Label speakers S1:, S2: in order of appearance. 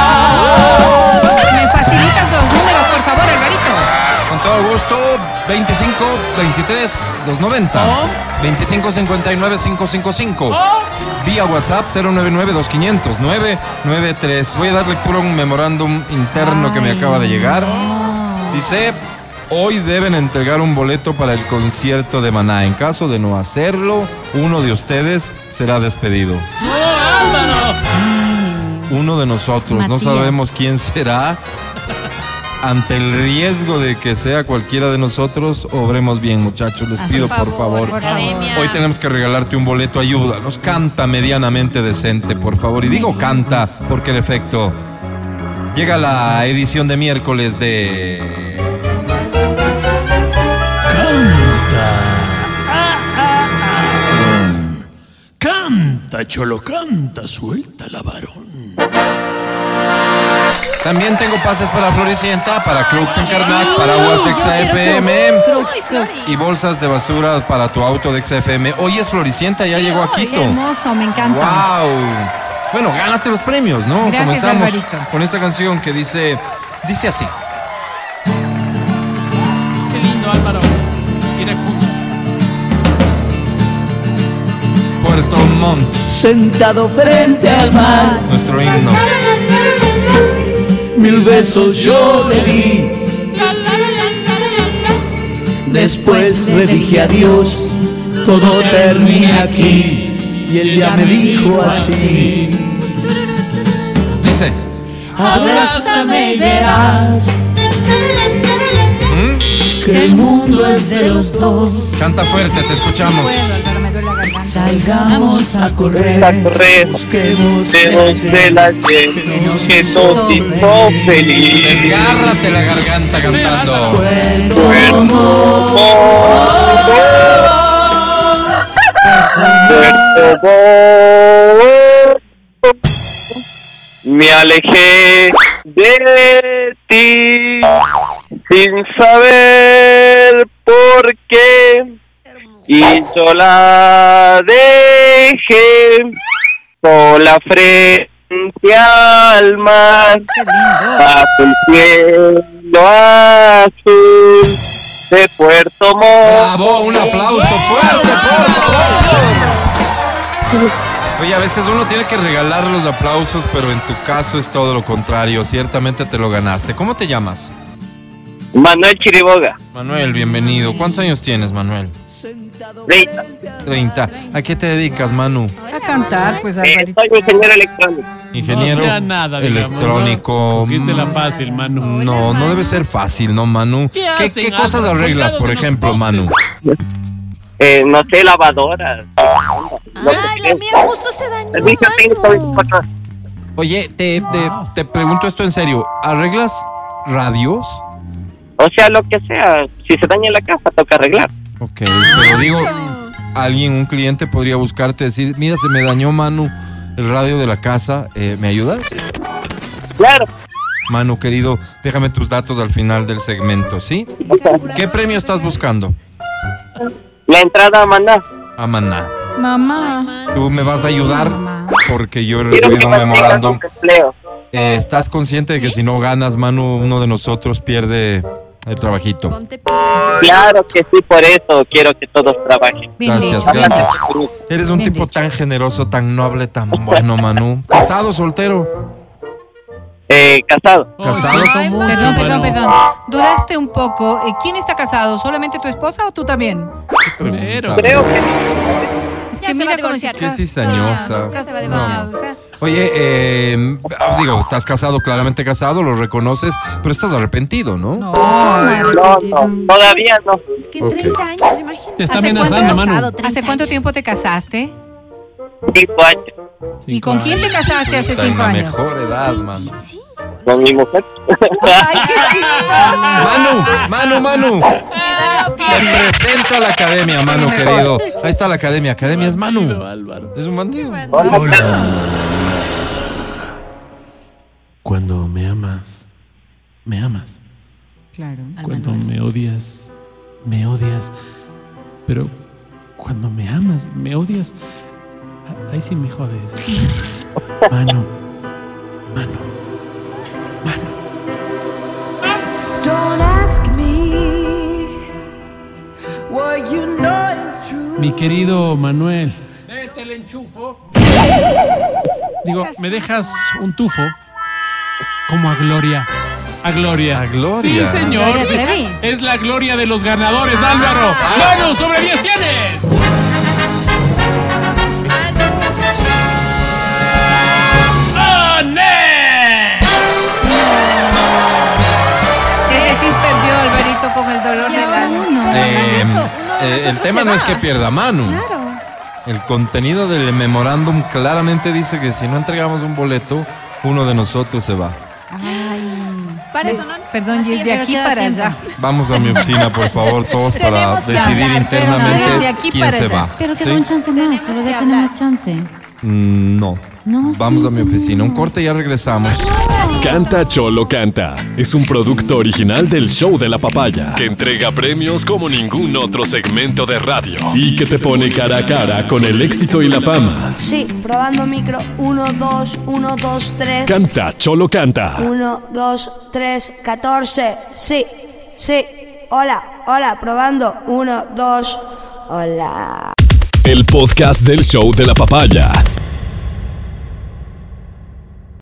S1: cabina.
S2: ¿Me facilitas los números, por favor, Alvarito?
S1: Con todo gusto, 25 23 290.
S2: Oh.
S1: 25 59 555.
S2: Oh.
S1: Vía WhatsApp 099 2500 993. Voy a dar lectura a un memorándum interno que me acaba de llegar. Dice, hoy deben entregar un boleto para el concierto de Maná. En caso de no hacerlo, uno de ustedes será despedido. Mm. Uno de nosotros, no
S2: Matías.
S1: sabemos quién será. Ante el riesgo de que sea cualquiera de nosotros, obremos bien, muchachos. Les pido, por favor.
S2: por favor.
S1: Hoy tenemos que regalarte un boleto, ayúdanos. Canta medianamente decente, por favor. Y digo canta, porque en efecto, llega la edición de miércoles de.
S3: Canta, cholo, canta, suelta la varón.
S1: También tengo pases para Floricienta, para Crux en Carnac, para Aguas de
S2: Yo quiero
S1: XFM
S2: Crux, Crux, Crux.
S1: y bolsas de basura para tu auto de XFM. Hoy es Floricienta, ya llegó a
S2: Ay,
S1: Quito.
S2: qué hermoso, me encanta.
S1: ¡Wow! Bueno, gánate los premios, ¿no?
S2: Gracias,
S1: Comenzamos
S2: Alvarito.
S1: con esta canción que dice, dice así.
S4: Qué lindo, Álvaro. Iracundo.
S1: Puerto Montt,
S3: Sentado frente al mar,
S1: nuestro himno.
S3: mil besos yo le di. Después le dije adiós, todo termina aquí. Y ella me dijo así,
S1: Dice,
S3: abrázame y verás
S5: ¿Mm?
S3: que el mundo es de los dos.
S1: canta fuerte, te
S2: No
S1: escuchamos.
S2: puedo, Álvaro, me duele la garganta.
S3: Salgamos a correr,
S5: A correr.
S3: busquemos
S5: Lejos
S3: ese
S5: de la gente que nos hizo feliz.
S1: Desgárrate la garganta cantando.
S3: puerto.
S5: Me alejé de ti sin saber por qué y yo la dejé sola frente al mar
S2: Qué lindo.
S5: bajo el cielo azul de Puerto
S6: Ah.
S5: Montt.
S1: Bravo, un aplauso fuerte, por favor. Oye, a veces uno tiene que regalar los aplausos, pero en tu caso es todo lo contrario. Ciertamente te lo ganaste. ¿Cómo te llamas?
S5: Manuel Chiriboga.
S1: Manuel, bienvenido. ¿Cuántos años tienes, Manuel?
S5: Rita.
S1: 30. ¿A qué te dedicas, Manu?
S2: A cantar, pues,
S5: Eh,
S2: Alvarito.
S5: soy ingeniero electrónico.
S1: Ingeniero
S4: No sea nada, digamos,
S1: electrónico. mm,
S4: ¿no? Cogiste la fácil, Manu.
S1: No, no debe ser fácil, ¿no, Manu?
S4: ¿Qué
S1: ¿Qué,
S4: hacen, Ah,
S1: qué cosas
S4: Álvaro?
S1: arreglas, por
S4: Colgados en los
S1: ejemplo, Manu?
S5: Eh, no sé, lavadora.
S6: Ay,
S5: Lo que
S6: Ah, la
S5: sea.
S6: mía justo se dañó.
S5: Servicio técnico
S6: mano.
S5: 24.
S1: Oye, te, te, te pregunto esto en serio. ¿Arreglas radios?
S5: O sea, lo que sea. Si se daña la casa, toca arreglar.
S1: Ok, pero digo, alguien, un cliente podría buscarte y decir, mira, se me dañó Manu el radio de la casa, eh, ¿me ayudas?
S5: Claro.
S1: Manu, querido, déjame tus datos al final del segmento, ¿sí? ¿Qué premio estás buscando?
S5: La entrada a Maná.
S1: A Maná.
S2: Mamá.
S1: Tú me vas a ayudar
S2: Mamá.
S1: porque yo he
S5: Quiero que
S1: recibido un
S5: mantengas
S1: memorándum.
S5: un empleo.
S1: Eh, ¿Estás consciente de que si no ganas, Manu, uno de nosotros pierde el trabajito?
S6: Ponte pilas.
S5: Claro que sí, por eso quiero que todos trabajen.
S2: Bien
S1: Gracias,
S5: Ah.
S2: dicho.
S1: gracias.
S5: Hablando
S1: Eres un
S2: Bien
S1: tipo
S2: dicho.
S1: tan generoso, tan noble, tan bueno, Manu. ¿Casado, soltero?
S5: de- Eh, casado.
S1: ¿Casado?
S2: Ay,
S1: ¿Cómo?
S2: Perdón, perdón,
S4: Bueno.
S2: perdón. Dudaste un poco. Eh, ¿Quién está casado? ¿Solamente tu esposa o tú también?
S1: Qué pregunta,
S5: Creo que
S2: Es
S6: Ya se va a
S2: cómo
S6: divorciar.
S2: se
S1: Qué
S2: casa.
S1: cizañosa.
S2: Nunca se va a
S1: No.
S2: divorciar, o sea.
S1: Oye, eh, digo, estás casado, claramente casado, lo reconoces, pero estás arrepentido, ¿no?
S2: No,
S5: no,
S2: madre,
S5: no. Todavía no.
S6: Es que
S1: Ok.
S6: 30 años, imagínate.
S4: Te está
S2: ¿Hace
S4: amenazando,
S2: cuánto-
S4: Manu.
S2: ¿Hace cuánto tiempo te casaste?
S5: Cinco años.
S2: ¿Y con quién te casaste hace
S1: Está en
S2: cinco
S1: la
S2: años?
S1: mejor edad, Manu.
S5: Con mi mujer.
S2: ¡Ay, qué chistoso!
S1: Manu, Manu, Manu. Te presento a la academia, Manu,
S2: mejor.
S1: querido. Ahí está la academia. Academia es Manu.
S4: Álvaro.
S1: Es un bandido.
S4: Cuando me amas, me amas.
S2: Claro.
S4: Cuando me odias, me odias. Pero cuando me amas, me odias. Ah, Ahí sí me jodes. Mano, mano,
S7: ask me what you know is true.
S4: Mi querido Manuel. Digo, ¿me dejas un tufo? Como a Gloria. A Gloria.
S1: A Gloria.
S4: Sí, señor.
S6: Gloria Trevi.
S4: Es la gloria de los ganadores, Álvaro. Manu, sobre 10 tienes. ¡Ané!
S2: Es decir, perdió Alvarito con el dolor
S6: Y
S2: de
S6: ahora
S2: la...
S6: uno.
S1: Eh,
S6: Además, esto, uno de
S1: eh, el
S6: nosotros
S1: tema
S6: se
S1: no es
S6: va.
S1: que pierda Manu.
S6: Claro.
S1: El contenido del memorándum claramente dice que si no entregamos un boleto, uno de nosotros se va.
S6: Para eso no nos-
S2: Perdón, y es de
S6: Así
S2: aquí
S6: nos queda
S2: para
S6: tiempo.
S2: allá.
S1: Vamos a mi oficina, por favor, todos para
S6: Tenemos que
S1: decidir
S6: hablar, pero no,
S1: internamente
S2: de aquí
S1: quién
S2: para
S1: se
S2: allá.
S1: va.
S8: Pero que
S1: ¿Sí?
S8: da un chance más,
S6: Tenemos
S8: todavía
S6: que
S8: tenemos
S6: hablar.
S8: chance.
S1: Mm, No.
S8: No,
S1: Vamos
S8: sí,
S1: a mi oficina. Un
S8: tenemos.
S1: corte y ya regresamos.
S9: Canta Cholo Canta es un producto original del show de la papaya que entrega premios como ningún otro segmento de radio y que te pone cara a cara con el éxito y la fama.
S10: Sí, probando micro. 1, 2, 1, 2, 3.
S9: Canta Cholo Canta.
S10: 1, 2, 3, 14. Sí, sí. Hola, hola, probando. 1, 2, hola.
S9: El podcast del show de la papaya.